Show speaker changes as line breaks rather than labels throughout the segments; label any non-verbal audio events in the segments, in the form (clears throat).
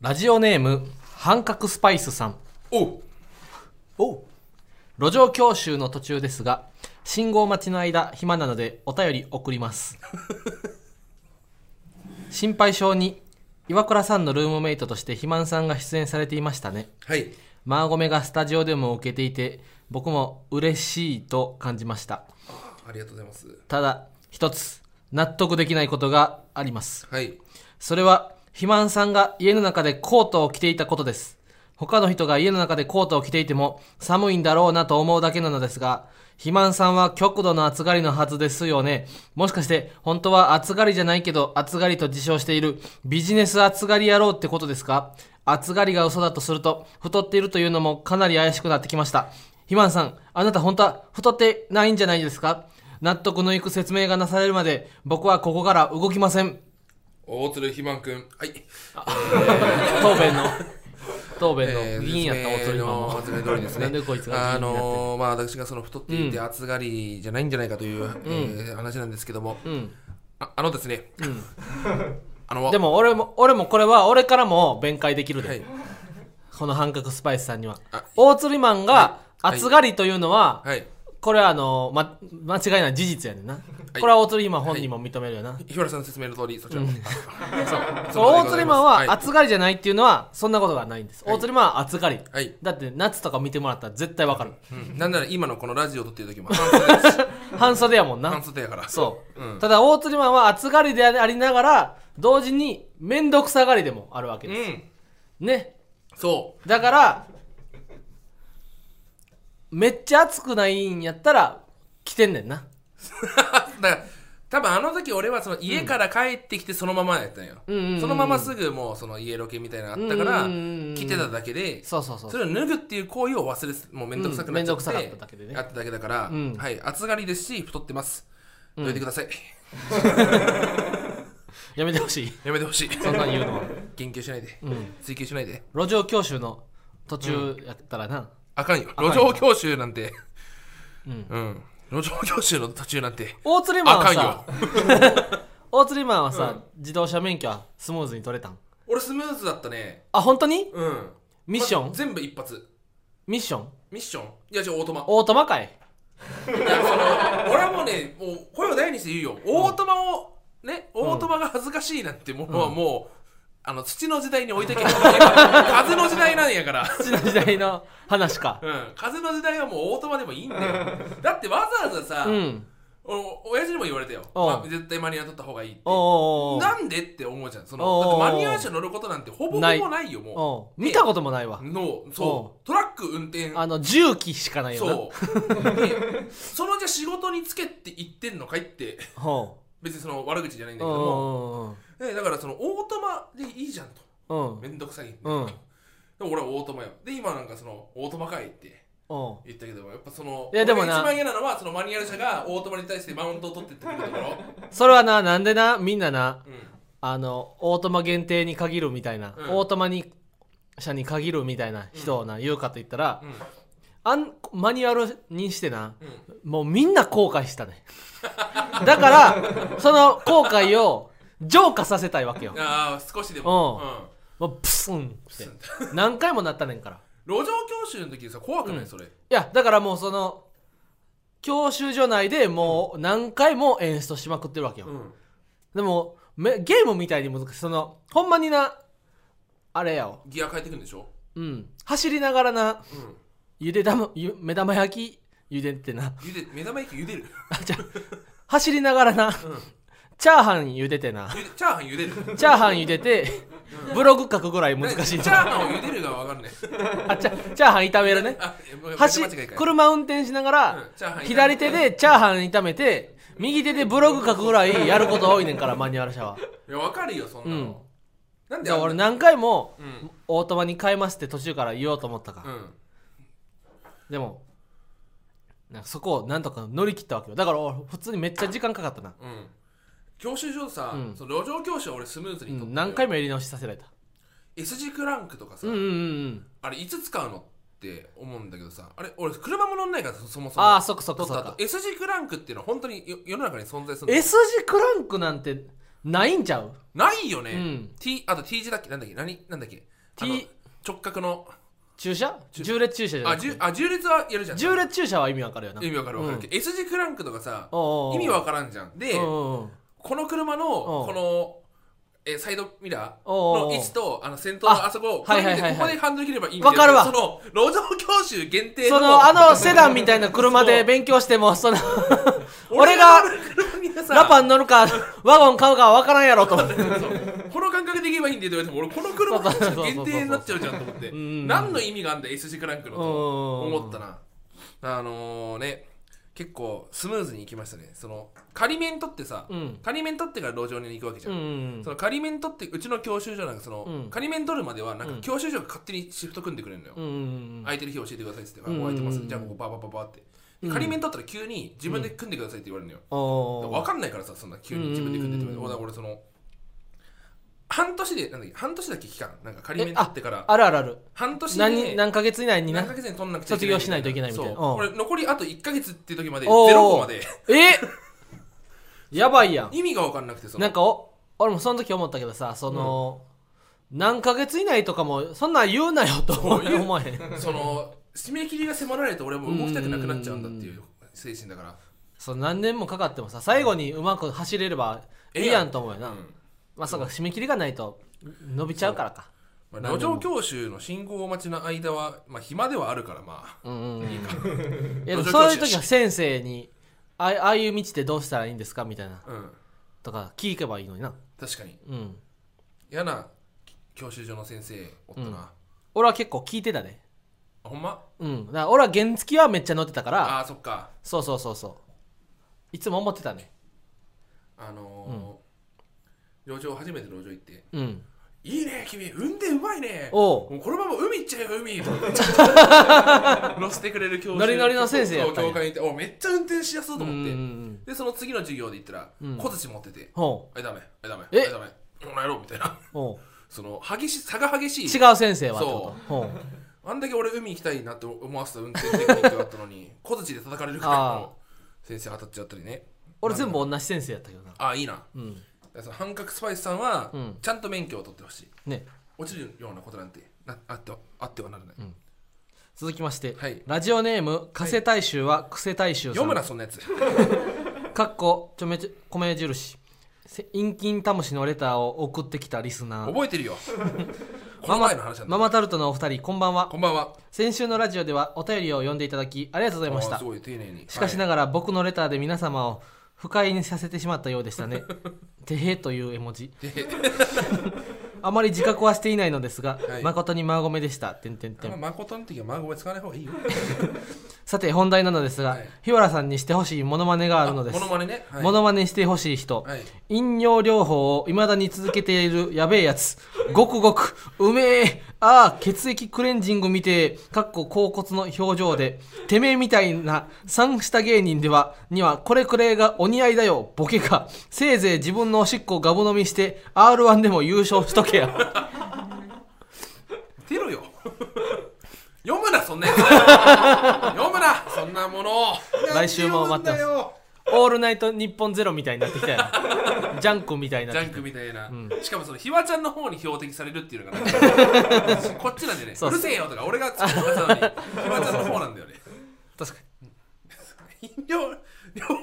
ラジオネーム半角スパイスさん
お
お路上教習の途中ですが信号待ちの間暇なのでお便り送ります心配性に岩倉さんのルームメイトとして肥満さんが出演されていましたね
はい
マーゴメがスタジオでも受けていて僕も嬉しいと感じました
ありがとうございます
ただ一つ納得できないことがあります
はい
それは肥満さんが家の中でコートを着ていたことです他の人が家の中でコートを着ていても寒いんだろうなと思うだけなのですが肥満さんは極度の暑がりのはずですよねもしかして本当は暑がりじゃないけど暑がりと自称しているビジネス暑がり野郎ってことですか暑がりが嘘だとすると太っているというのもかなり怪しくなってきました肥満さんあなた本当は太ってないんじゃないですか納得のいく説明がなされるまで僕はここから動きません
大鶴肥満くんはい
(laughs) 答弁の答弁
え
の
ー
議員やったおつりまんま
説明のお通りですね
なんでこいつが議員になって
あのーまあ私がその太っていて暑がりじゃないんじゃないかという、えー話なんですけども、
ん
ああのですね、 (laughs) あの
でも俺も俺もこれは俺からも弁解できるで、
はい
この半角スパイスさんには
あ
大釣りマンが
はい
暑がりというのは、
はい
これはあのま、間違いない事実やねんな、
い
これは大釣りマン本人も認めるよな、
日原さんの説明の通 (laughs) りそちらも、あそう
そう大釣りマンは
暑
暑がりじゃないっていうのはそんなことがないんです、
はい
大釣りマンは暑がり、
はい
だって夏とか見てもらったら絶対わかる、
うんなんなら今のこのラジオ撮ってる
(laughs)
時も半袖です
半袖やもんな
半袖やから
そう、
うん
ただ大釣りマンは暑がりでありながら同時に面倒くさがりでもあるわけ
う
です、
ん
ね
そ
だからめっちゃ暑くないんやったら来てんねんな
う (laughs) だから多分あの時俺はその家から帰ってきてそのままやったんよ、
うんうんうん
そのまますぐもうその家ロケみたいなのあったから
うんうんうんうん
来てただけで
そうそうそう
それを脱ぐっていう行為を忘れてもう面倒くさくなっちゃ
う
って、
ん面倒くさかっただけでね
やっただけだから、
うん
はい暑がりですし太ってますどいてください、
やめてほしい
やめてほしい
そんなん言うのは
研究しないで、
ん
追求しないで
路上教習の途中やったらな、
あかんよ
かんよ
路上教習なんて
うん
うん、路上教習の途中なんて
大釣りマン
あか
は
んよ
さ大釣りマンはさ、自動車免許はスムーズに取れたん
俺スムーズだったね
あ本当に
うん
ミッション
ま全部一発
ミッション
ミッションいやじゃあオートマ
オートマかい
いやその俺はもうねもう声を大にして言うよオートマをねオートマが恥ずかしいなんてものはもう、あの土の時代に置いてけない風の時代なんやから
父の時代の話
(laughs)
か
うん、風の時代はもうオートマでもいいんだよだってわざわざさ、
うん
お親父にも言われたよ、
おう
まあ絶対マニュア取った方がいいって
おうおうおう
なんでって思うじゃんそ
お
の
う
だ
おうおう
ってマニュア車乗ることなんてほぼほぼ
な
ないいよも
おう見たこともないわ
うの
お
そうトラック運転
あの重機しかないよな
そう (laughs) でそのじゃ仕事につけって言ってんのかいって
ほ
別にその悪口じゃないん
う
だけども
おう
でだからそのオートマでいいじゃんと
おうおううん
めんどくさいんで
うん
でも俺はオートマよで今なんかそのオートマかいって
おう
言ったけどやっぱその
いやでもな
俺が一番嫌なのはそのマニュアル車がオートマに対してマウントを取ってってくるところ、
それはななんでなみんなな
うん、
あのオートマ限定に限るみたいな、
うん
オートマに車に限るみたいな人をな、言うかと言ったら、
うん
あんマニュアルにしてな
う
もうみんな後悔したねだからその後悔を浄化させたいわけよ
ん、ああ少しでも、
う
うん、
もうプスンって何回もなったねんから
路上教習の時さ怖くない、
うん
それ
いやだからもうその教習所内でもう何回も演出しまくってるわけよ、
ん
でもめゲームみたいに難しいそのほんまになあれやわ
ギア変えてくんでしょ
うん走りながらな
うん
ゆで玉ゆ目玉焼きゆでってな
ゆで目玉焼き茹でる
あじゃ走りながらな、チャーハンゆでてな
ゆでチャーハン茹でる
チャーハンゆでてブログ書くぐらい難しいん
チ
じ
ャ
ゃ
ー
ん
ハンを茹でるがわかんない
あチャチャーハン炒めるね
あえもう
走
間違いかい
車運転しながら、
うんチャーハン炒め
左手でチャーハン炒めて右手でブログ書くぐらいやること多いねんからマニュアル車はい
やわかるよそんなの、な
じ
んで
ゃ
あ
あ
んな
俺何回も
うん
オートマに変えますって途中から言おうと思ったか、
うん
でもなんかそこをなんとか乗り切ったわけよだから俺普通にめっちゃ時間かかったな、
うん教習所さ、
うん
その路上教習は俺スムーズ
う
に取って、
ん、何回もやり直しさせられた
S 字クランクとかさ、
うんうんうん
あれいつ使うのって思うんだけどさあれ俺車も乗んないからそそもそも
ああそっかそっか
取
そ
っ
ったか
後 S 字クランクっていうのは本当によ世の中に存在するの
S 字クランクなんてないんちゃう
ないよね、
うん
T あと T 字だっけなんだっけ何なんだっけ、あの
T
直角の
注射
注
重列注射じゃな
あ
くて
じゅあ重列はやるじゃん
重列注射は意味わかるよな
意味わかるわかるけど、S 字クランクとかさ
おうおうおう
意味わからんじゃんで
うんうんうん
この車の
うん
このえサイドミラー
おうおうお
の
う
位置とあの先頭の
あ
あそここ
は
れ
いはい
見
はいは
て
い
ここでハンドル切ればいいんだよ
わかるわ
その路上教習限定の
そのあのセダンみたいな車で勉強してもその俺が
俺乗る車にはさ
ラパン乗るかワゴン買うかわからんやろと思って
(laughs) そうこの感覚でいけばいいんでって言われても俺この車
そうそうそうそう
限定になっちゃうじゃんと思って
ん
何の意味があんだ S 字クランクのと
うん
思ったなあのね結構スムーズにいきましたねその仮面取ってさ、
うん
仮面取ってから路上に行くわけじゃ、
うんん
その仮面取ってうちの教習所なんかその、
うん
仮面取るまではなんか
うん
教習所が勝手にシフト組んでくれるのよ、
うんうん
空いてる日教えてくださいって言って、
うん
あもう空いてますじゃあここバーバーバーバーって、
うん
仮面取ったら急に自分で組んでくださいって言われるのよ、
お
分
ー
かんないからさそんな急に自分で組んでても
うん
だから俺その半年でなんだっけ半年だっけ期間なんか仮
え
面取
あ
ってから
あるあるある
半年で
何何ヶ月以内にな
何ヶ月に取んなくちゃ
卒業しないといけないみたいな
そう
うん
俺残りあと1ヶ月っていう時までゼ
おー
ロ個まで
えやばいやん
意味が分かんなくてその
なんかお俺もその時思ったけどさその、何ヶ月以内とかもそんなん言うなよと
そう言う
思えへん
その締め切りが迫られて俺も動きたくなくなっちゃうんだっていう精神だから
そう何年もかかってもさ最後にうまく走れればいいやんと思うよな、
うん
まあそうか締め切りがないと伸びちゃうからか
まあ、路上教習の信号待ちの間は、まあ、暇ではあるからまあ
うんうんうん (laughs) いやでも
路上教習
そういう時は先生にあああいう道ってどうしたらいいんですかみたいな
うん
とか聞けばいいのにな
確かに
うん
嫌な教習所の先生おったな、
うん
あ
俺は結構聞いてたね
ほんま
うんだから俺は原付はめっちゃ乗ってたから
ああーそっか
そうそうそうそういつも思ってたね
あのー路上初めて路上行って
うん
「いいね君運転うまいね
おう
もうこのまま海行っちゃえよ
(laughs)
海」乗せてくれる教
ノリノリの先生や
や
っ
った
んや
教官いておめっちゃ運転しやすそうと思っ
うんうん
て
うん
でその次の授業で行ったら
うん
小槌持ってて
ほ
「あダメあダメあ
え
ダメこの野郎」みたいな (laughs)
うほ
その激し差が激
う
しい
違う先生はってこと
そう
ほう
あんだけ俺海行きたいなって思わせた運転テクニックだったの
(laughs)
に小槌で叩かれるから
あー
もう先生当たっちゃったりね
俺全部同じ先生やったけどな
ああいいな
うん
その半角スパイスさんは
うん
ちゃんと免許を取ってほしい
ね
落ちるようなことなんてなあってはあってはならない、
続きまして、
はい
ラジオネーム加瀬大衆はクセ大衆さ
読
ん、
むなそんなやつ
かっこちょめちょ米印せ陰金タムシのレターを送ってきたリスナー
覚えて
(laughs)
るよこ
マ
の
マ
前の話なんだ、
ママタルトのお二人こんばんは
こんばんは
先週のラジオではお便りを読んでいただきありがとうございまし
あー
た
すごい丁寧に
しかし
は
ながら僕のレターで皆様を不快にさせてしまったようでした
(laughs)
ねてへという絵文字
いで
(laughs) あまり自覚はしていないのですが、
はい
誠にマーゴメでした。てんてんて
あんま
ん
誠の時は孫を使わない方がいいよ
さて本題なのですが、
はい
日原さんにしてほしいモノマネがあるのです。
(laughs) モノマネね、はい
モノマネしてほしい人、
はい
飲料療法を未だに続けているやべえやつ、ごくごく、うめえ、ああ、血液クレンジング見て、かっこ甲骨の表情で、てめえみたいな三下芸人では、にはこれくらいがお似合いだよ、ボケか。せいぜい自分のおしっこをガブ飲みして、R1 でも優勝しとけや。
出ろよ (laughs) 読むなそん
(laughs)
なやつ読むなそんなものを
来週も待ってます
なんで読むんだよ
オールナイト日本ゼロみたいになってきたやん。ジャンクみたいにな
ジ
って
ャ
き
ン
た。
クみたいな、しかもそのひわちゃんの方に標的されるっていうの
(laughs)
がなんかこっちなんでねう
そう
るせえよとか俺が突っ込んだのにひわちゃんの方なんだよね
確か
飲料療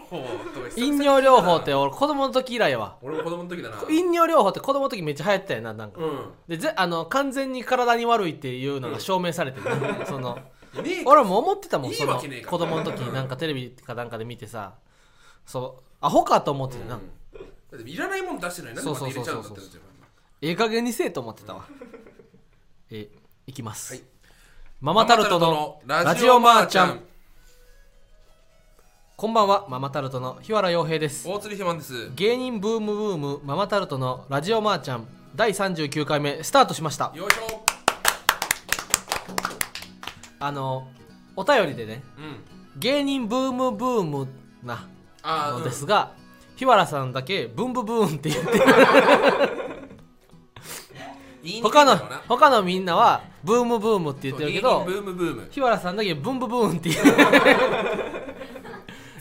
法とか久々
に。
に
飲料療法って俺子供の時以来やわ。
俺も子供の時だなうん
飲料療法って子供の時めっちゃ流行ったよな、なんか。でぜあの完全に体に悪いっていうのが証明されて (laughs) る、その
ねえ
俺も思ってたもん
いい
その
わけねえから
子供の時なんかテレビかなんかで見てさそうアホかと思ってたな、
だっていらないもん出してないなんでまた入れちゃうんだってなっちゃうか
ええ加減にせえと思ってたわ、えいきます、
はい
マ
ら
マタルトのラジオマーちゃんこんばんはママタルトの日原洋平です
大鶴ひまんです
芸人ブームブームママタルトのラジオマーちゃん第39回目スタートしました
よいしょ
あのお便りでね
うん
芸人ブームブームな
あ
の
ー
ですが、日原さんだけブンブブーンって言って
(laughs) うん言いにくいんだ
他
ろ
の
うな
他のみんなはブームブームって言ってるけど
芸人ブームブーム
日原さんだけブンブブーンって言う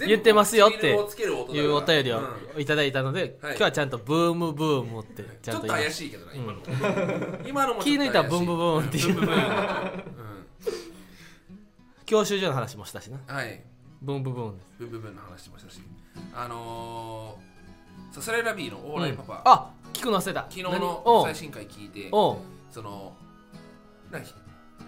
言ってますよって
唇をつける音だから
いうお便りを
うん
いただいたので、今日はちゃんとブームブームってち
ち
ゃ
ょ
ん
っ
と
と
言いま
怪
す
しいけどな今の今のも
気抜いたらブンブンブンっていう
ブンブンブン
教習所の話もしたしな
うんはい
ブンブンブンです
ブンブンブンの話もしたしあのーさすらいラビーのオーライパ
うん
パ
あ聞くの忘れた昨
昨日の最新回聞いて
おう
その何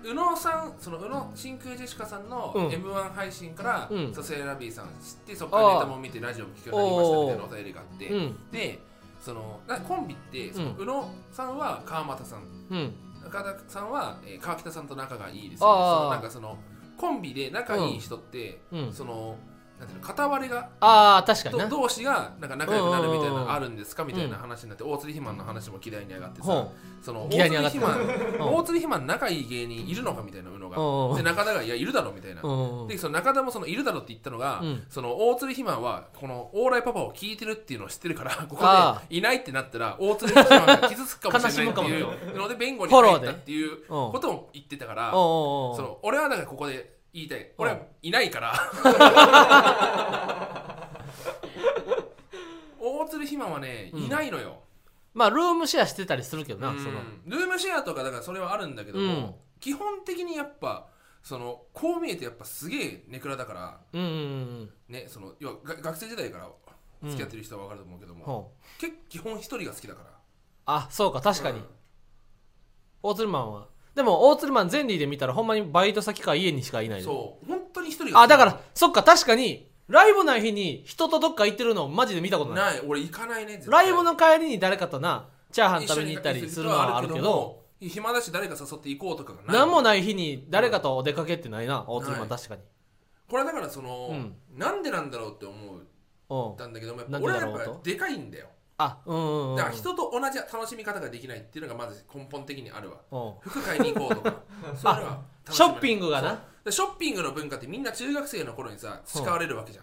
宇野さんその宇野真空ジェシカさんの
うん
m 1配信から
うん
さすらいラビーさん知ってそこからネタも見てラジオも聞くようになりましたみたいなお便りがあって
おううん
でそのなコンビってその
うん
宇野さんは川俣さん
うん
中田さんは、えー川北さんと仲がいいですねそ
ああ
のなんかそのコンビで仲いい人って、
うんうん
そのなんていうの片割れが
ああ確かに
と
な
同士がなんか仲良くなるみたい
うんう
なん
うん
のあるんですかみたいな話になって、大鶴ひまんの話も嫌いに上がってさ
ほ
その
嫌
大
いに上
鶴
がった
ひまん
うん
大鶴ひまん仲いい芸人いるのかみたいなのが、
うんうん
で中田が「いやいるだろ」みたいな、
ううんうん
でその中田もそのいるだろうって言ったのが、
うん
その大鶴ひまんはこのオーライパパを聞いてるっていうのを知ってるからここ
あ
でいないってなったら大鶴ひまんが傷つくかもしれないってい
悲しむか
うので弁護に入っ
フォロ
た
ー
っ
で
ていうことも言ってたから
おうおう
そ
おう
の俺はだからここで言いたい俺はいな
(laughs)
いから大鶴ひまんはねいないのよ、
まあルームシェアしてたりするけどな、
うん
その
ルームシェアとかだからそれはあるんだけども、
うん
基本的にやっぱそのこう見えてやっぱすげえネクラだから。
うんうん
ねその要はが学生時代から付き合ってる人は分かると思うけど
うん
も、
ほう
結構基本一人が好きだから
あそうか確かに、
うん
オーツルマンはでもオーツルマンゼンリーで見たらほんまにバイト先か家にしかいないで
そう本当に一人が好き
あだからそっか確かにライブない日に人とどっか行ってるのマジで見たことない
ない俺行かないね絶対
ライブの帰りに誰かとなチャーハン食べに行ったりするのはあるけど
も暇だし誰か誘って行こうとかがない
何もない日に誰かとお出かけってないなオーツルマン
ない
確かに
これはだからその、
うん
なんでなんだろうって思
うん
ったんだけどもやっ
な
ぱ
んで
俺
だ
は
ろう
や
と
っぱでかいんだよ
あうんうんうん
だから人と同じ楽しみ方ができないっていうのがまず根本的にあるわ
うん
服買いに行こうと
(laughs)
かそういうのは楽し
シ
み
ョッピングが
そう
な
でショッピングの文化ってみんな中学生の頃にさ培われるわけじ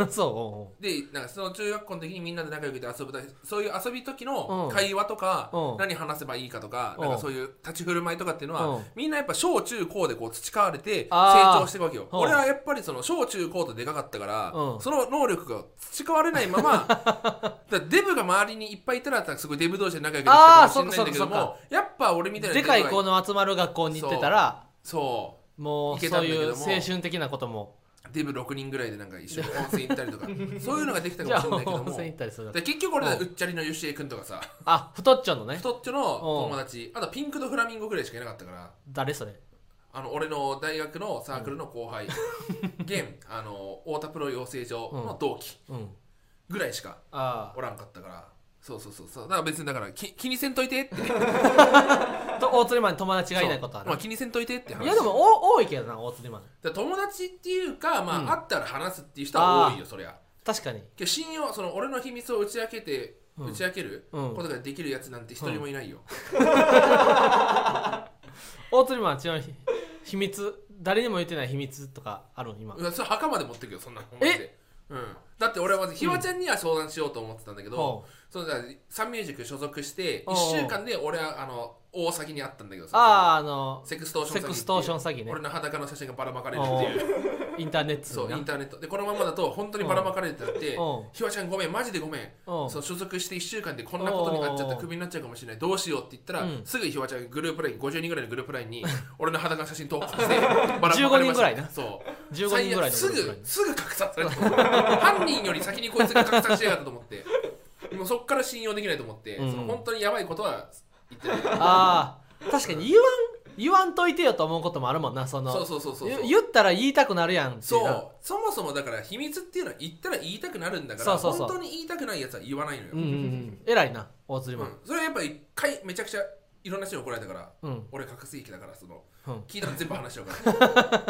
ゃ
(laughs)
ん
そ
でなんかその中学校の時にみんなで仲良くて遊ぶだそういう遊び時
う
の
ん
会話とか、
うん
何話せばいいかとか、
うん
なんかそういう立ち振る舞いとかっていうのは、
うん
みんなやっぱ小中高でこう培われて成
あー
長していくわけよ
うん
俺はやっぱりその小中高とでかかったから、
うん
その能力が培われないま
(laughs)
まだからデブが周りにいっぱいいたらすごいデブ同士で仲良くなってるかもしれないんだけど
あーそっか
もやっぱ俺みたいな
うでかい
デブ
子
が
の集まる学校に行ってたら
そう
もう
行け
そ
た
うん
だけ
いう
ども
青春的なことも
デブ6人ぐらいでなんか一
(laughs)
緒に温泉行ったりとかそういうのができた
じ
か
ゃあ (laughs)
もしれないけど
温
も
泉行ったりする
で結局俺ら
うん
うっちゃりのよしえくんとかさ
あ太っちょのね
太っちょの友達あとピンクとフラミンゴぐらいしかいなかったから
誰それ
あの俺の大学のサークルの後
(laughs)
輩現あの太田プロ養成所の同期
うん
ぐらいしか
あ
おらんかったからそうそうそうそうだから別にだからき気にせんとい
(laughs)
てって
あと大鶴マンに友達がいないことは
そうまあ
な
気にせんといてって話
いやでもお多いけどな大鶴マン
だから友達っていうかまあ、
うん
会ったら話すっていう人は多いよそりゃ
確かに
けど信用その俺の秘密を打ち明けて、
うん
打ち明ける
うん
ことができるやつなんて一人もいないよ、
大鶴マンちなみに秘密誰にも言ってない秘密とかあるの今
うわそれ墓まで持ってくよそんなのマジでうん、だって俺はまずひわちゃんには相談しようと思ってたんだけど、
おう
そのだからサンミュージック所属して
おう
1週間で俺はあの大崎に会ったんだけどさ
あああの
セクストーション詐欺っていう
セクストーション詐欺ね
俺の裸の写真がばらまかれるっていう
インターネット
そうイン
タ
ターネットでこのままだと本当にばらまかれるってなって
おう
ひわちゃんごめんマジでごめん
ー
そう所属して1週間でこんなことになっちゃった
おー
クビになっちゃうかもしれないどうしようって言ったら、
うん
すぐひわちゃんがグループライン50人ぐらいのグループラインに俺の裸の写真投稿してバ
15人ぐらいな
そう
15人ぐらいの
最悪
グループライン
すぐすぐ拡散された犯人より先にこいつが拡散しやがったと思ってもうそっから信用できないと思って、
うん
その本当にやばいことは言ってない
ああ確かに言わん言わんといてよと思うこともあるもんなその
そうそうそうそうそう
ゆ言ったら言いたくなるやんってい
そ
な
うそもそもだから秘密っていうのは言ったら言いたくなるんだから
そうそうそう
本当に言いたくないやつは言わないのよ、
うんうんうん偉いな大鶴
う
マ
ん
ン
それはやっぱ一回めちゃくちゃいろんな人に怒られたから
うん
俺覚醒器だからその
うん
聞いたら全部話しよ
(laughs)
うから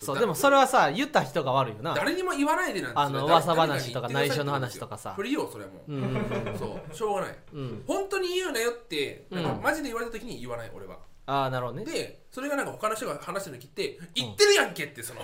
そう
だ
でもそれはさ言った人が悪いよな
誰にも言わないでなんて
あの
それは誰
噂話とか
誰に言ってくださいって
内緒の話とかさ
振りようそれはも
うんうんうん
うそうしょうがない
うん
本当に言うなよってなんか
うん
マジで言われた時に言わない俺は
ああなるほどね
でそれがなんか他の人が話してるの聞いて言ってるやんけってそ
(laughs)
の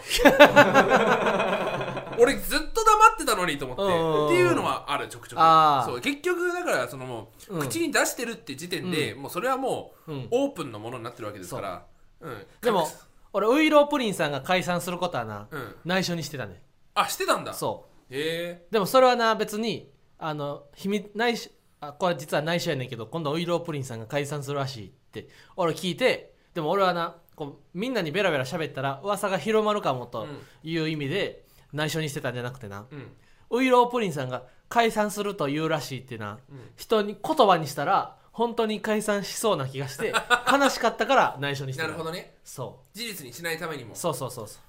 俺ずっと黙ってたのにと思って
うんうんうん
っていうのはあるちょくちょく
あー
そう結局だからそのも
うん
う口に出してるって時点でもうそれはもう
うん
オープンのものになってるわけですからうん
(laughs) でも俺ウイロープリンさんが解散することはな
うん
内緒にしてたね
あしてたんだう
そ
へ
うでもそれはな別にあの秘密内緒あこれ実は内緒やねんけど今度オイルオープリンさんが解散するらしいって俺聞いてでも俺はなこうみんなにベラベラ喋ったら噂が広まるかもという意味で内緒にしてたんじゃなくてな、
えうん
ウイロープリンさんが解散するというらしいってな、
うん
人に言葉にしたら本当に解散しそうな気が
(laughs)
して悲しかったから内緒にして
な
た
るほどね
そ
事実にしないためにも
うそうそうそうそう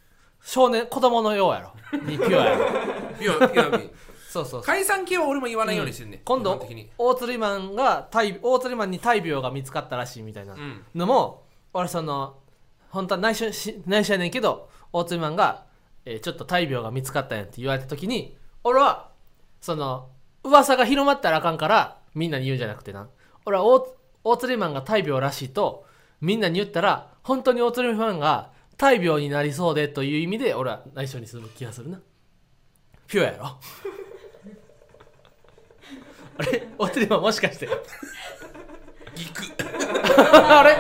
少年子供のようやろにピュアやろ
いやいや
(laughs) そうそうそう
解散系は俺も言わないようにしてるね、
今
基
度
本的に
大釣りマンが大大釣りマンに大病が見つかったらしいみたいな
うん
のも、俺その本当は内緒し内緒やねんけど大釣りマンが、えーちょっと大病が見つかったんやって言われた時に俺はその噂が広まったらあかんからみんなに言うんじゃなくてな俺は大大釣りマンが大病らしいとみんなに言ったら本当に大釣りマンが大病になりそうでという意味で俺は内緒にする気がするなピュアやろあれ大釣りマンもしかして
ギク
(laughs) あれ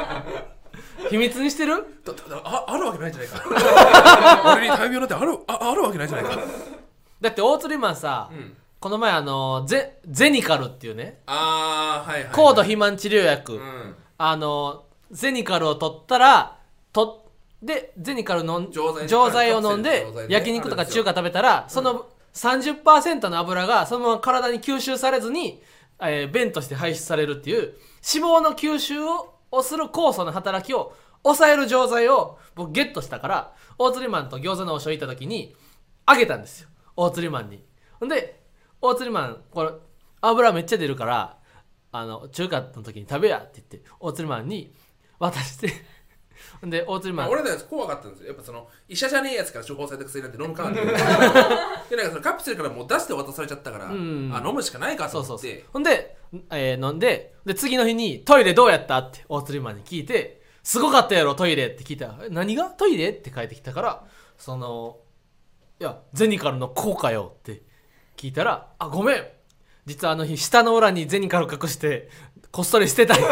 秘密にしてる
だだだああるわけないじゃない
(laughs)
か俺に大病なんてあるああるわけないじゃないか
だって大釣りマンさ、
うん
この前あのゼゼニカルっていうね
ああはいはい
高度肥満治療薬、
うん
あのゼニカルを取ったらとでゼニカルのん
錠剤
錠剤を飲んで
カプセル錠剤ね
焼肉と
ある
か
んですよ
中華食べたらその30%の油がそのまま体に吸収されずに、えー便として排出されるっていう脂肪の吸収ををする酵素の働きを抑える錠剤を僕ゲットしたから大釣りマンと餃子の王将行った時にあげたんですよ大釣りマンにほんで大釣りマンこれ油めっちゃ出るからあの中華の時に食べやって言って大釣りマンに渡して (laughs) ほんで大釣りマ
まあ、
ン
俺らのやつ怖かったんですよ。やっぱその医者じゃねえやつから処方された薬なんて飲むかって。で、なんかそのカプセルからもう出して渡されちゃったから、
ん
あ、飲むしかないかと
そう
思
そう
っ
そう
て。
ほんで、えー飲んでで次の日に「トイレどうやった?」って大釣りマンに聞いて「すごかったやろトイレ」って聞いたらえ「何がトイレ?」って返ってきたからその「いやゼニカルの効果よ」って聞いたら「あごめん実はあの日下の裏にゼニカル隠してこっそり捨てたい」 (laughs)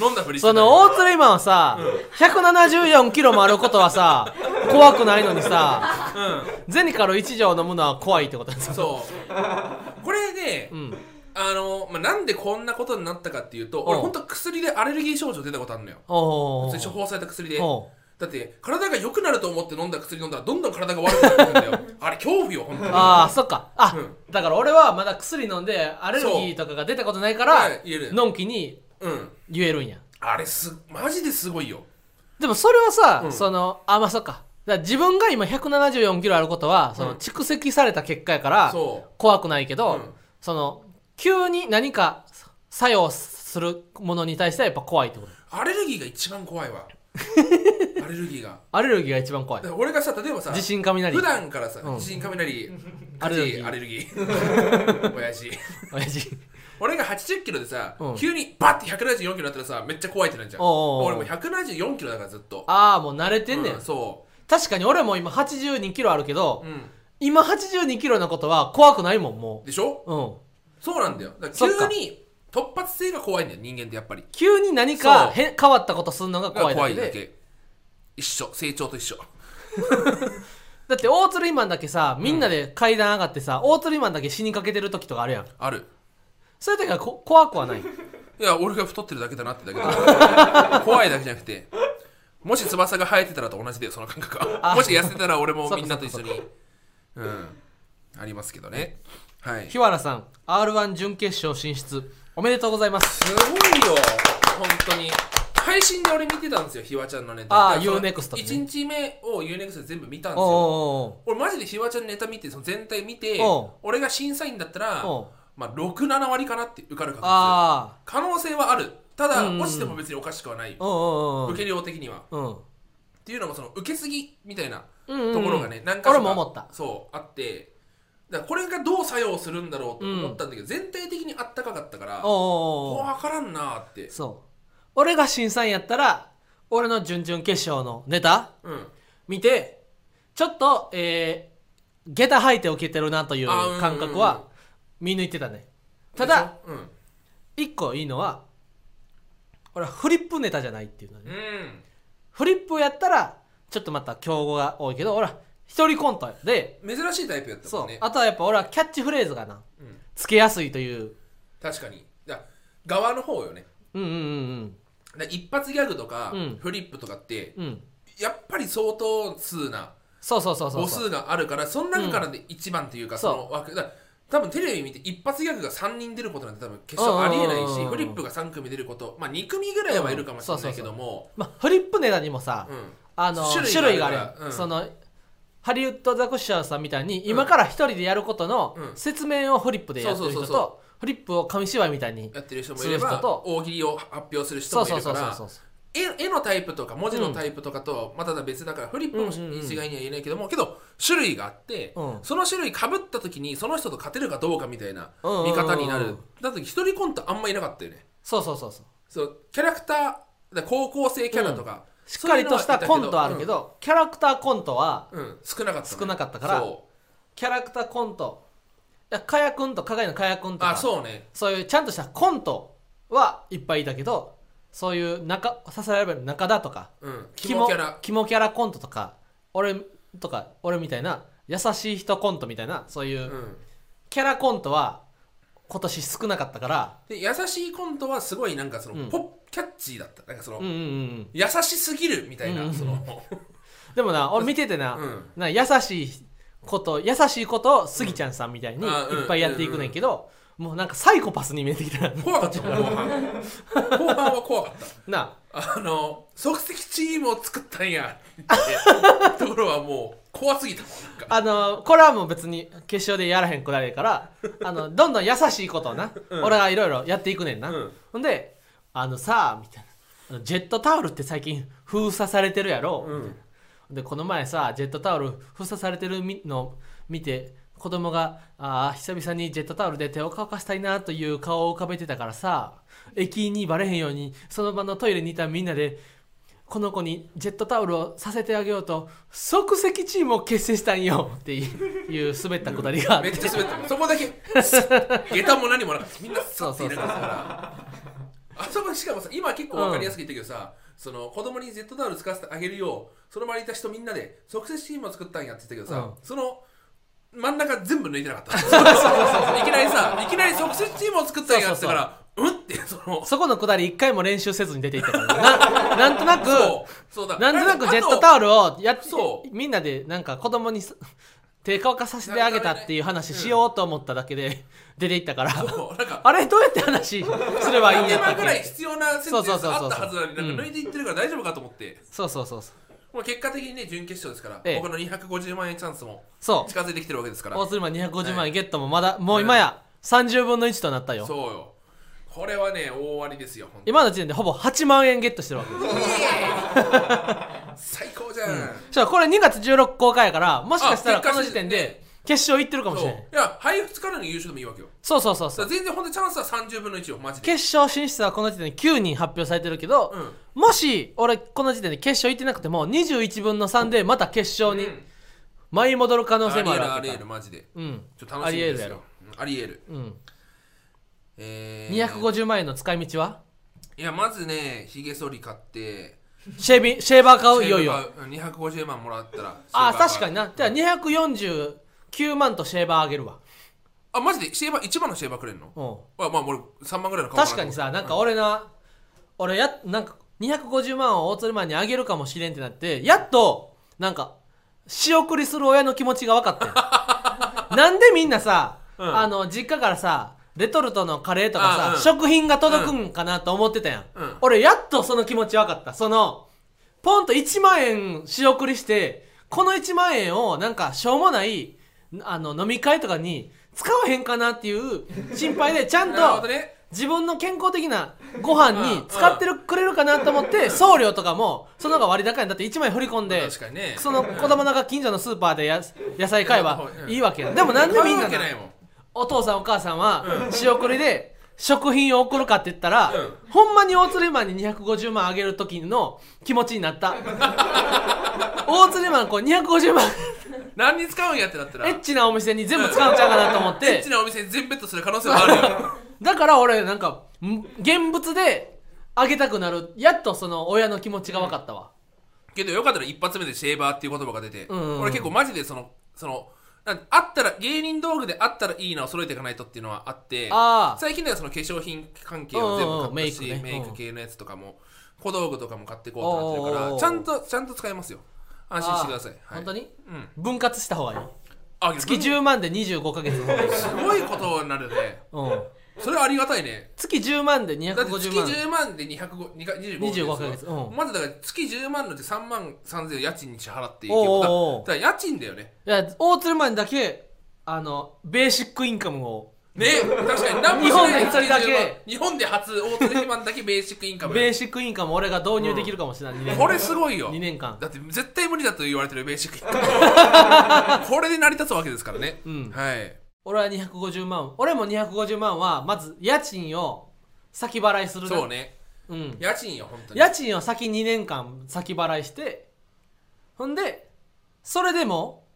飲んだふりしてた
その大釣りマンはさ、174キロもあることはさ怖くないのにさ、ゼニカル1錠飲むのは怖いってことですよ
そう。これね、
ん
あの、まあ、なんでこんなことになったかっていうと、俺
うん
ほんと薬でアレルギー症状出たことあるのよ。
お
そ
ー
れ処方された薬で。
おう
だって、体が良くなると思って飲んだ薬飲んだら、どんどん体が悪くなってくるんだよ。あれ、恐怖よ、ほんとに。
(laughs) ああそっかあ、
うん
だから俺はまだ薬飲んでアレルギーとかが出たことないから
そうはい言える
のんきに
うん。
言えるんや
あれす、マジですごいよ。
でもそれはさ、
うん
そのあまあそっかだから自分が今174キロあることはその
うん
蓄積された結果やから
そ
怖くないけど、
うん
その急に何か作用するものに対してはやっぱ怖いってこと
う。アレルギーが一番怖い (laughs) わ。アレルギーが。
アレルギーが一番怖い
だから俺がさ、例えばさ、
地震雷
普段からさ、
うん
地震雷、
ア
ア
レ
レ
ル
ル
ギ
ギ
ー
ー、アレルギ (laughs) ー、親父。
親父 (laughs)
俺が80キロでさ、
うん
急にバッて174キロになったらさ、めっちゃ怖いってなるじゃん。
おうおうおう
俺もう174キロだからずっと。
ああもう慣れてんねん、
うんそ
確かに俺も今82キロあるけど、
う。うん。
今82キロのことは怖くないもんも
でしょ
ううん
そうなんだよ。だか
そっから
急に突発性が怖いんだよ、人間ってやっぱり。
急に何か
そう
変変わったことするのが怖いだ
怖
け
い
で
だけ。一緒、成長と一緒。
だって大鶴マンだけさみんなで階段上がってさ、大鶴マンだけ死にかけてる時とかあるやん
ある。
そういう時はこ怖くは
(laughs)
ない
いや、俺が太ってるだけだなってだけだ怖いだけじゃなく (laughs) て、もし翼が生えてたらと同じだよ、その感覚
あ
は。もし痩せてたら俺も
そっか
みんなと一緒に。うん。ありますけどね。はい。す
日原さん r 1準決勝進出おめでとうございます
ごいよ、本当に。配信で俺見てたんですよ、ひわちゃんのネタ。
あー
だからそ
UNEXT
の
ね
一日目を UNEXT で全部見たんですよ。
お
俺マジでひわちゃんのネタ見て、その全体見て
おう、
俺が審査員だっ
ー
た
おー
ら、
おー
まあ、6、7割かなって受かる確率。
あ
可能性はある。ただ、
うんうん
落ちても別におかしくはない
ー。おーお
受
ー
け量的には。
おー
っていうのもその受け継ぎみたいな
うんうん
ところがね、何
俺
か
も思った
そうあってだからこれがどう作用するんだろうと思ったんだけど、全体的にあったかかったか
お
ら
ーおーおー
分からんなーって
そう俺が審査員やったら俺の準々決勝のネタ
うん
見てちょっとえー、下駄履いておけてるなという
あーうんうんうん
感覚は見抜いてたねただ、
でしょうん
一個いいのは俺はフリップネタじゃないっていうのね
うん
フリップやったらちょっとまた競合が多いけど俺は一人コントやで
珍しいタイプやった
そ
も
うん
ね
あとはやっぱ俺はキャッチフレーズがな
うん
つけやすいという
確かにだから側の方よね
うんうんうん
だから一発ギャグとか、
うん
フリップとかって
うんうん
やっぱり相当数な
そうそうそうそう
母数があるからその中からで一番っていうか、
うん
その枠だから多分テレビ見て一発ギャグが3人出ることなんて多分決勝ありえない
うんうんうん
し
うん
フリップが3組出ることまあ2組ぐらいはいるかもしれないけども
まあ、フリップネタにもさ、
うん
あの種類
種類
が
が
あ
あ
る
る
やん
うん
そのハリウッドザコシシャーさんみたいに今から一人でやることの
うん
説明をフリップでやってる
そ
人
うそうそうそ
とフリップを紙芝居みたいに
やってる人もいれ
する人
ば
と
大喜利を発表する人
そ
も
う
い
そう
る
そ
か
うそう
ら
そう
絵絵のタイプとか文字のタイプとかとまた別だからフリップも
うんうんうん
一概には言えないけどもけど種類があって
うん
その種類かぶった時にその人と勝てるかどうかみたいな
うんうんうんうん
見方になるだって一人コントあんまいなかったよね
そうそうそうそう
そうキャラクターだから高校生キャラとか、
しっかりとしたコントはあるけ
そういうのはいた
ど、キャラクターコントは
けど、うんうん少なかったね、
少なかったから
そ
キャラクターコントいやかやくんとかがいのかやくんと
う
か
あそうね
そういうちゃんとしたコントはいっぱいいたけどそういう中支えられる中田とか
うんキモキャラ
キモキャラコントとか俺とか俺みたいな優しい人コントみたいなそういううんキャラコントは今年少なかったから
で優しいコントはすごいなんかその、
うん
ポッキャッチーだったなんかその、
うんうんうん
優しすぎるみたいな、
うん
その
でもな俺見ててな,、
うん
な優しいこと優しいことをスギちゃんさんみたいにい
うんあうん
っぱいやっていくねんけど、もうなんかサイコパスに見えてきた
怖かった後半後半は怖かっ
(laughs) な
たあの即席チームを作ったんやってところはもう怖すぎたもんなんか
あのこれはもう別に決勝でやらへんくらい
(laughs)
からあのどんどん優しいことをな、俺がいろいろやっていくねんな、
うん
ほんで「あのさ」みたいなあの「ジェットタオルって最近封鎖されてるやろ」
うん
でこの前さジェットタオル封鎖されてるみの見て子供が「あー久々にジェットタオルで手を乾かしたいな」という顔を浮かべてたからさ駅員にバレへんようにその場のトイレにいたみんなでこの子にジェットタオルをさせてあげようと即席チームを結成したんよっていういう滑ったくだりがあっ
め
て
っちゃ滑ったもんそこだけスッ下駄も何もなかったみんなスッていなかったからあそこしかもさ今結構分かりやすく言ってるけどさ、その子供に Z タオル使わせてあげるようその周りにいた人みんなで即席チームを作ったんやって言ってたけど
う
さ、
ん
その真ん中全部抜いてなかったいきなりさいきなり即席チームを作ったんやって言ったからうんってその
そこのくだり一回も練習せずに出ていったからななんとなく
そうそうだ
なんとなくジェット
オ
タオルをやって
そ
みんなでなんか子供にす (laughs) 手乾かさせてあげたっていう話しようと思っただけで出ていったから
ル (laughs) そうなんか
あれどうやって話すればいいんやった
今
っ
ぐらい
け
必要なセンテンス
そうそうそうそう
あったはずなのになんか抜いていってるから大丈夫かと思って、
そうそうそうそう
もう結果的にね準決勝ですから、
ええ
僕の250万円チャンスも
そう
近づいてきてるわけですから
大鶴マン250万円ゲットもまだもう今や30分の1となったよ
そうよこれはね大ありですよ本当に
今の時点でほぼ8万円ゲットしてるわけです
最高じゃん、
そしたらこれ2月16日公開やからもしかしたら
あ結
こ
果
の時点で決勝行ってるかもし
そう
れ
い
ない
や配布からの優勝でもいいわけよ
そうそうそう
だ
そう
から全然ほんとチャンスは30分の1よマジで
決勝進出はこの時点で9人発表されてるけど、
うん
もし俺この時点で決勝行ってなくても21分の3でまた決勝に
うん
舞い戻る可能
あ
性
り
も
え
ある
る
わ
あ
け
りえる
か
マジで
うん
ちょっと楽しみですよありえる
うん、
えー、
250万円の使い道はい
やまずねひげ剃り買って
シェービンシェーバー買ういよいよ
シェーバーが250万もらったら
あ
シェーバー買う
確かになじゃあ249万とシェーバーあげるわ
あマジでシェーバー1番のシェーバーくれるの
うん
あまあ俺3万ぐらいの買おう
確かに
な
さなんか俺な、俺やなんか250万を大鶴マンにあげるかもしれんってなってやっとなんか仕送りする親の気持ちが分か
(laughs)
ってんなんでみんなさ、
うん
あの実家からさレトルトのカレーとかさ、
あうん
食品が届くんかなと思ってたやん、
うん
俺やっとその気持ち分かったそのポンと1万円仕送りしてこの1万円をなんかしょうもないあの飲み会とかに使わへんかなっていう心配でちゃん
(laughs) なるほ
と
どね
自分の健康的なご飯
う
に
ん
使ってるくれるかなと思って送料とかもその方が割高やんだって1枚振り込んで
確かにね
その子供なんか近所のスーパーでや野菜買えば
うん
いいわけやんでもなんでみん
買う
な
わけ
ない
もん
お父さんお母さんは仕送りで食品を送るかって言ったら、
う
ほんまに大鶴マンに250万あげる時の気持ちになった
(laughs)
大鶴マンこう250万
何に使うんやってなったら
エッチなお店に全部使うんちゃうかなと思って
エッチなお店に全ベッドする可能性はあるよ
だから俺なんかん現物であげたくなるやっとその親の気持ちが分かったわ、
けどよかったら一発目でシェーバーっていう言葉が出て、
うんうんうん
俺結構マジでそのそのなんあったら芸人道具であったらいいなを揃えていかないとっていうのはあって
あー
最近ではその化粧品関係を全部買ったし、
うんうんうんメイクね
メイク系のやつとかも小道具とかも買っていこうってなってるか
おー
らちゃんとちゃんと使えますよ安心してください、はい、
本当に
うん
分割した方がいい
あ
月10万で25ヶ月の方がいい、
すごいことになるね
うん、
それはありがたいね
月10万で
だって月
250万
10万で205 25
25
ヶ
ヶ
月
月うん
まずだから月10万のうち3万3000家賃に支払っていけ
おう
ば
おうおう
だから家賃だよね
いや大鶴マンだけあのベーシックインカムを
ね確かに何も
日
し
本
な
で
い
一人だけ
日本で初大鶴肥満だけベーシックインカム
ベーシックインカムを俺が導入できるかもしれない、2年
これすごいよ
2年間
だって絶対無理だと言われてるベーシックイン
(laughs)
カムこれで成り立つわけですからね、
ん
はい
俺は250万俺も250万はまず家賃を先払いする
そうね
うん、
家賃よ本当に
家賃を先2年間先払いしてほんでそれでも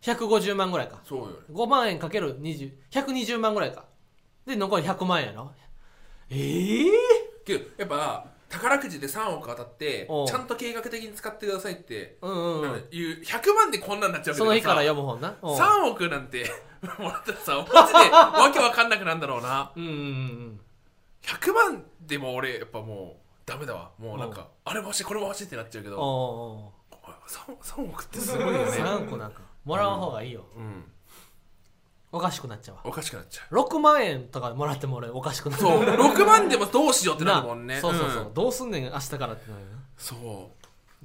150万ぐらいか
そうよ
5万円かける20 120万ぐらいかで残り100万円やろええ
けどやっぱ宝くじで3億当たって
おう
ちゃんと計画的に使ってくださいって
うんうんう
なん
ん、
か言う100万でこんなんなっちゃうわけ
その日から
さ
読む本なうん
3億なんて (laughs) もらったらさマジでわけわかんなくなんだろうな
うんうんうん
100万でも俺やっぱもうダメだわもうなんかあれも欲しいこれも欲しいってなっちゃうけ
うん
ど
お
3, 3億ってすごいよ
ーお
ね
3個なんかもらう方がいいよ、
うん
おかしくなっちゃうわ
おかしくなっちゃう
6万円とかもらっても俺おかしくなっちゃ
そう6万でもどうしようってなるもんね
そうそうそう、
ん
どうすんねん明日からってなるよな
そ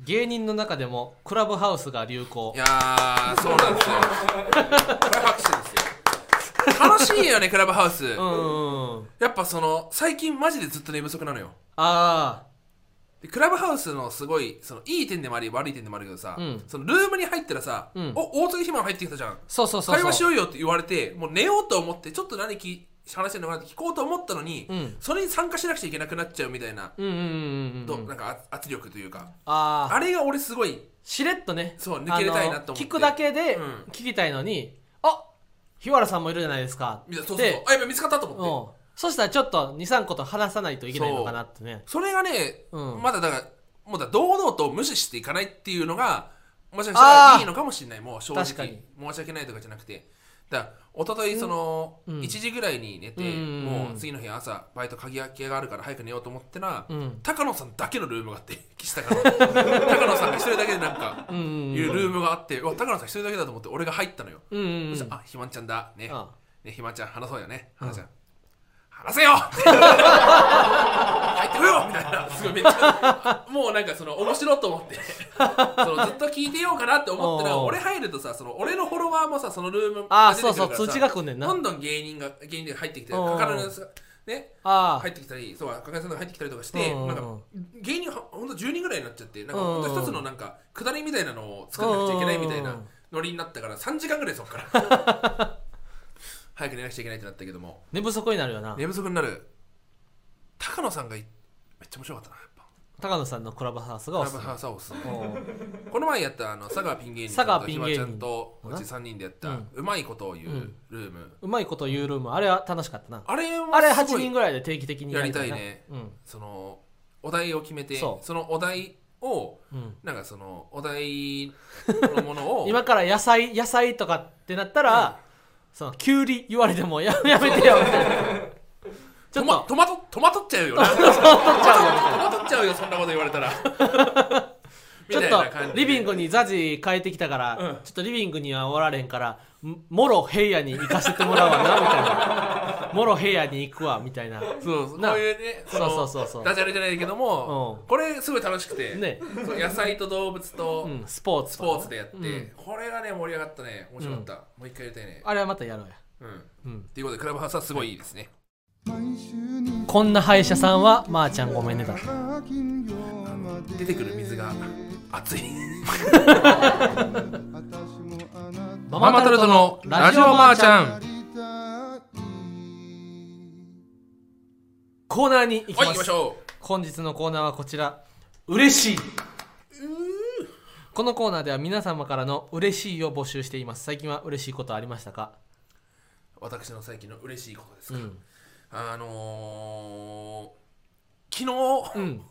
芸人の中でもクラブハウスが流行
ういやーそうなんですよこれ拍手ですよ楽しいよねクラブハウス、
うんうんうん
やっぱその最近マジでずっと寝不足なのよ
あ
でクラブハウスのすごいそのいい点でもあり悪い点でもあるけどさ、
うん
そのルームに入ったらさ「
うん
お大鳥ひま入ってきたじゃん
あそうそうそうそう
会話しようよ」って言われてもう寝ようと思ってちょっと何き話してるのかなって聞こうと思ったのに、
うん
それに参加しなくちゃいけなくなっちゃうみたいな,、
うんうんうんう
ど
んうん
なんかあ圧力というか
ああ
あれが俺すごい
しれっとね
そう抜けれたいなと思
あ
って
の聞くだけで
うん
聞きたいのに、あ日原さんもいるじゃないですか
みたいなそうそうそう
で
あやっぱ見つかったと
う
思って、
んそしたらちょっと23個と話さないといけないのかなってね
それがね、
うん
まだだからもうだ堂々と無視していかないっていうのがもしかした
あ
ら
ー
いいのかもしれないもう正直
確かに
申し訳ないとかじゃなくてだから一昨日その
うん
1時ぐらいに寝て、
うん
もう次の日朝バイト鍵開けがあるから早く寝ようと思ってな、
うん
高野さんだけのルームがあって (laughs) 岸高野高野さんが一人だけでなんか
うんうん
いうルームがあってうわ高野さん一人だけだと思って俺が入ったのよ、
うんうんう
そ
ん
したらあひまんちゃんだね、
あ
ね、ひまちゃん話そうよね話そうよ、話
(laughs)
せよ入ってこよみたいなすごいめっちゃもうなんかその面白いと思ってそのずっと聞いてようかなって思ったら
おう
俺入るとさその俺のフォロワーもさそのルーム
あー
出てくるからさ
そうそう通知が来んねんな
どんどん芸人が芸人で入ってきて
おう
かかるのさね
あ
入ってきたりそうかかるさんが入ってきたりとかして
おう
なんか芸人はほんと10人ぐらいになっちゃってなんか
おう
ほんと一つのなんか下りみたいなのを作らなくちゃいけないみたい
おう
なノリになったから3時間ぐらいそっから
(laughs)
早く寝なくちゃいけないってなったけども
寝不足になるよな
寝不足になる高野さんがいめっちゃ面白かったなやっぱ
高野さんのクラブハウスが
や
お
っ
すす
ぱ
め
ハサオス
うん
この前やったあの佐川ピン芸人
佐川
と
ピ
ひ
ン
ま
芸人
ちゃんとうち3人でやった、
う
うんまいことを言うルーム、
うまいこと言うルームあれは楽しかったな
あれは
あれ
す
8
ごい
人ぐらいで定期的に
やりたいね
うん
そのお題を決めて
そ
そのお題を
うん
なんかそのお題のも
(laughs)
のを
今から野菜野菜とかってなったら、そのキュウリ言われてもや (laughs) やめてよみたいな
(laughs)
ちょ
ト
っ
マ
と
トマトトマトっちゃうよなトマトっちゃうよそんなこと言わ
(laughs)
れたらみ
ちょ
た
っ
いな感
と
じ
リビング
に
にザジ変えてきたから、
うん
ちょっとリビングにはおられんからんもろ平野に行かせてもらうわなみたいな
(laughs)
もろ平野に行くわみたいな
そうそう
な
こういうね
そう
の
そうそうそう
ダジャレじゃないけども、
うん
これすごい楽しくて、
ね
そう野菜と動物と
うん、スポーツ
ス
とか
ポーツでやって、
うん
これがね盛り上がったね面白かった、もう一回やりたいね
あれはまたやろうや、
うん
うん、
ということでクラブハウスはすごいいいですね
こんな歯医者さんはまー、ちゃんごめんねだ
出てくる水が熱い
マ
ママタルトのラジオマーちゃんは
コーナーに行き
い
ま
行きますしょ
本日のコーナーはこちら嬉しいこのコーナーでは皆様からの嬉しいを募集しています最近は嬉しいことありましたか
う私の最近の嬉しいことです
う
か、
ん
あのー、昨日、
うん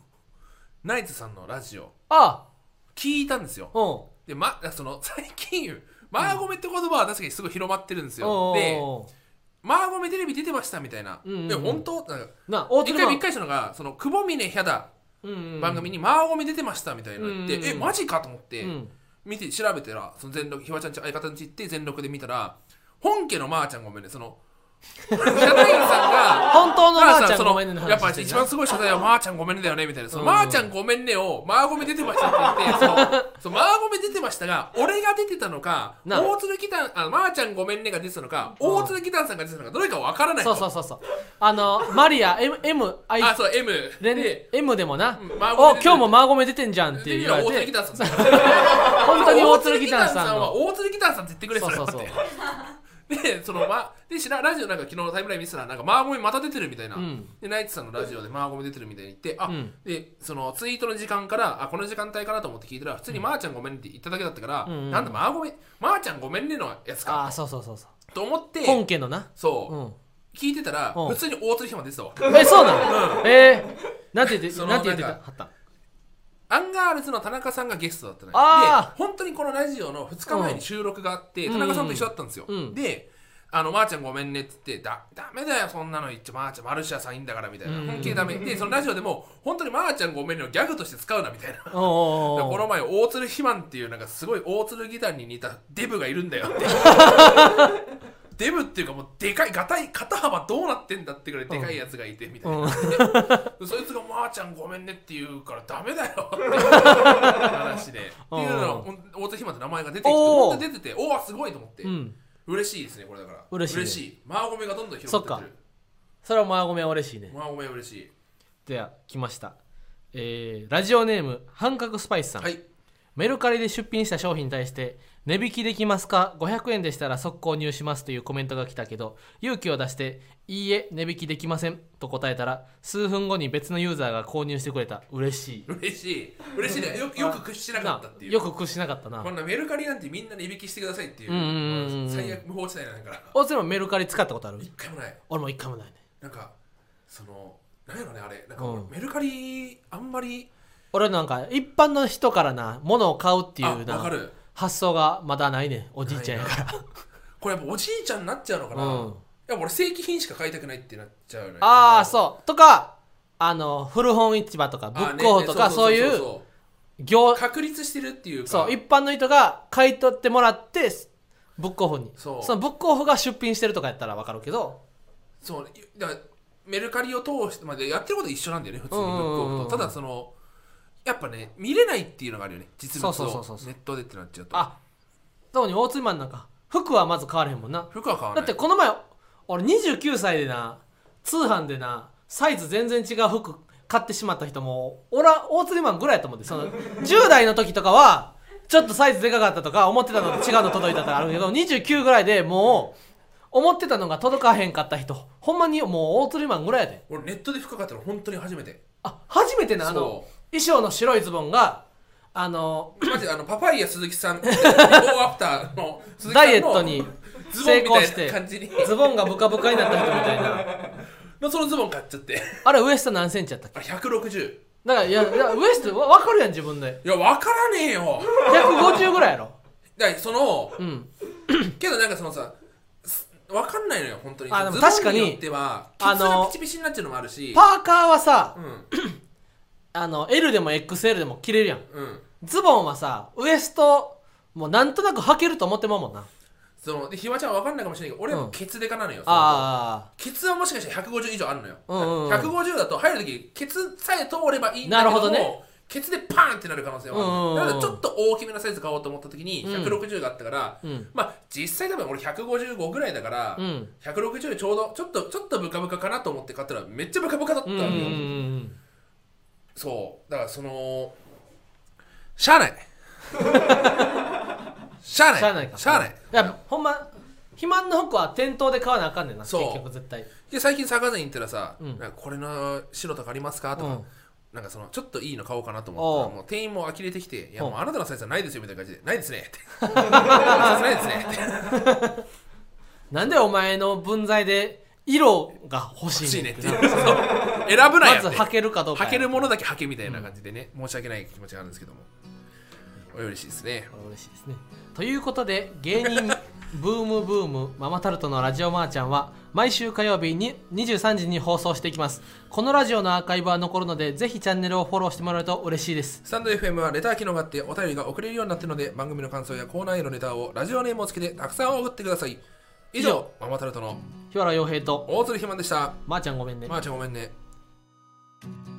ナイツさんのラジオ
あ
聞いたんですよ
おう
で、ま、その最近マーゴメって言葉は確かにすごい広まってるんですよ、
おう
で
おう
マーゴメテレビ出てましたみたいな、
うんうんうん
で本当なんか
な大
一
鶴
回
マ
びっ
ン
くりしたのがその久保峰ヒャダ
うんうん
番組にマーゴメ出てましたみたいなの言って、
うんうんうん
えマジかと思って、
うん
見て調べたらその全力ひわちゃんち相方んち行って全力で見たら本家のまーちゃんごめんねそのヒャダインさんが
本当のまーちゃん
そ
ごめんねの
のやっぱ
話してん
一
な
番すごい謝罪はまーちゃんごめんねだよねみたいなその、
うんうん
まーちゃんごめんねをマーゴメ出てましたっ
(laughs)
て言ってそのそのマーゴメ出てましたが俺が出てたのか
な
大鶴きたんあのまーちゃんごめんねが出てたのか大鶴きたんさんが出てたのかどれかわからないと
そうそうそうそうあのマリア M, M あい
あそう M
連
で
M でもな、
うんマーゴメ
お
出てる
今日もマーゴメ出てんじゃんって
で見
言
た
わ
ら大
れ
鶴
て
きたんさん
(laughs) 本当に大鶴ギターさん
は
の
大鶴ギターさんって言ってくれ
そうそう
そ
そう
れはってでそのまでしらラジオなんか昨日のタイムライン見てたらなんかマーゴメまた出てるみたいな、
うん
でナイツさんのラジオでマーゴメ出てるみたいに言ってあ、
うん
でそのツイートの時間からあこの時間帯かなと思って聞いたら普通にまーちゃんごめんねって言っただけだったから、
うんうん
なんだマーゴメまーちゃんごめんねのやつ
あ
か
あそうそうそうそ
と思って
う本家のな
そう、
うん
聞いてたら
うん
普通に大鶴ひま出てたわ
えそうなの、えー、なんて言って
その
なんて言ってた
なん
はった
アンガールズの田中さんがゲストだったのよ
あー
で本当にこのラジオの2日前に収録があって、
うん
田中さんと一緒だったんですよ、
うん
であの「まー、ちゃんごめんね」って言って「だダメだよそんなの言っちゃまー、ちゃんマルシアさんいいんだから」みたいな、
うん
本気でダメでそのラジオでも「本当にまーちゃんごめんね」をギャグとして使うなみたいなで
おうおうおう
この前大鶴ひまんっていうなんかすごい大鶴ギターに似たデブがいる
(laughs)
んだよってデブっていうかもうでかいがたい肩幅どうなってんだってぐらいでかいやつがいてみたいな、でそいつが「まーちゃんごめんね」って言うから「ダメだよ」っていう話でっていうのが大手ひまって名前が出てきて
おー
本当に出てておおすごいと思って、
うん、うん、
嬉しいですねこれだから
嬉しいね
マーゴメがどんどん広がってって
それはマーゴメは嬉しいね
るマーゴメ嬉しい
では来ましたえー、ラジオネーム半角スパイスさん、
はい
メルカリで出品した商品に対して値引きできますか500円でしたら速購入しますというコメントが来たけど勇気を出していいえ値引きできませんと答えたら数分後に別のユーザーが購入してくれた嬉しい
嬉しい嬉しいねよよく屈しなかったっていう
よく屈しなかったな
こんなメルカリなんてみんな値引きしてくださいっていう,、
うんうんうんうん
最悪無法地帯なんだから
大津もメルカリ使ったことある
一回もない
俺も一回もないね
なんかそのなんやろねあれなんか、
うん
メルカリあんまり
俺なんか一般の人からな物を買うってい
あ
う
分か
な
る
発想がまだないねおじいちゃんやから
これやっぱおじいちゃんになっちゃうのかな、
うん
いや俺正規品しか買いたくないってなっちゃうよね
(laughs) ああそうとかあの古本市場とかブ
あ
ッ
ね
クオフとか
ね
そういう
そ
業
う確立してるっていうか
そう一般の人が買い取ってもらってブックオフに
そう
のブックオフが出品してるとかやったらわかるけど
そうねだからメルカリを通してまでやってることは一緒なんだよね普通に
う
ブ
んうん
ッ
うん
ク
うん
オフとただそのやっぱね見れないっていうのがあるよね実物を
そうそうそうそう
ネットでってなっちゃうと
あ特に大津マンなんか服はまず買われへんもんな
服は買わな
だ
い
ってこの前俺29歳でな通販でなサイズ全然違う服買ってしまった人も俺は大釣りマンぐらいやと思ってその10代の時とかはちょっとサイズでかかったとか思ってたのと違うの届いたとかあるけど29ぐらいでもう思ってたのが届かへんかった人ほんまにもう大釣りマンぐらいやで
俺ネットで服買ったの本当に初めて
あ初めてなあの
そ
衣装の白いズボンがあの
マジであのパパイヤ鈴木さん
(laughs)
ビフォーアフターの鈴木
ダ
さんの
イエットに
ズボン
成
みた
功して
いな感じに (laughs)
ズボンがブカブカになった人みたいな
のそのズボン買っちゃって (laughs)
あれウエスト何センチやったっけ
あ160
だからいやいやウエストわ分かるやん自分で
いや分からねえよ
150ぐらいやろ
だからその
うん
けどなんかそのさすわかんないのよ本当に
あでも
ズボン
確かに
よっては
あ
あ
の
のピチピチになっちゃうのもあるし
パーカーはさ
うん
(clears throat) あの L でも XL でも着れるやん
うん
ズボンはさウエストもうなんとなく履けると思ってまうもんな
そのでひまちゃんはわかんないかもしれないけど俺は
うん
ケツデカなのよ、その
あ
ケツはもしかしたら150以上あるのよ、
うんうんうん
150だと入る時ケツさえ通ればいいんだ
な
けど
るほどね
ケツでパーンってなる可能性はある、
うんうんうん
だからちょっと大きめなサイズ買おうと思った時に
うん
160があったから、
うん
まあ実際多分俺155ぐらいだから、
あうん
160ちょうどちょっとちょっとブカブカかなと思って買ったらめっちゃブカブカだった
うん
の
うん
よ、
うんうん
そうだからそのしゃあない
(laughs)
しゃあない
しゃあないか
しゃあない
いやほんま肥満の服は店頭で買わなあかんねんな結
そう
局絶対
で最近坂に行ったらさ、
うん
なんかこれの白とかありますかとか、
うん
なんかそのちょっといいの買おうかなと思った
おう
らもう店員も呆れてきて「いや
おう
もうあなたのサイズはないですよ」みたいな感じで「ないですね」って「 (laughs) ないですね」って
なんでお前の分際で色が欲
欲
し
し
い
いね
ねん
っ
って
て
な
そう選ぶ
ま
なよ
ず
って
履けるかどうか
履
や
けるものだけ履けみたいな感じでね、申し訳ない気持ちがあるんですけども嬉しいですね
嬉しいですねということで芸人 (laughs) ブームブームママタルトのラジオマーちゃんは毎週火曜日に23時に放送していきますこのラジオのアーカイブは残るのでぜひチャンネルをフォローしてもらえると嬉しいです
スタンド FM はレター機能があってお便りが送れるようになってるので番組の感想やコーナーへのレターをラジオネームをつけてたくさん送ってください以
以
上ママタルトの
日原洋平と
大鶴ひまんでした
まー、ちゃんごめんね
まー、ちゃんごめんね
うん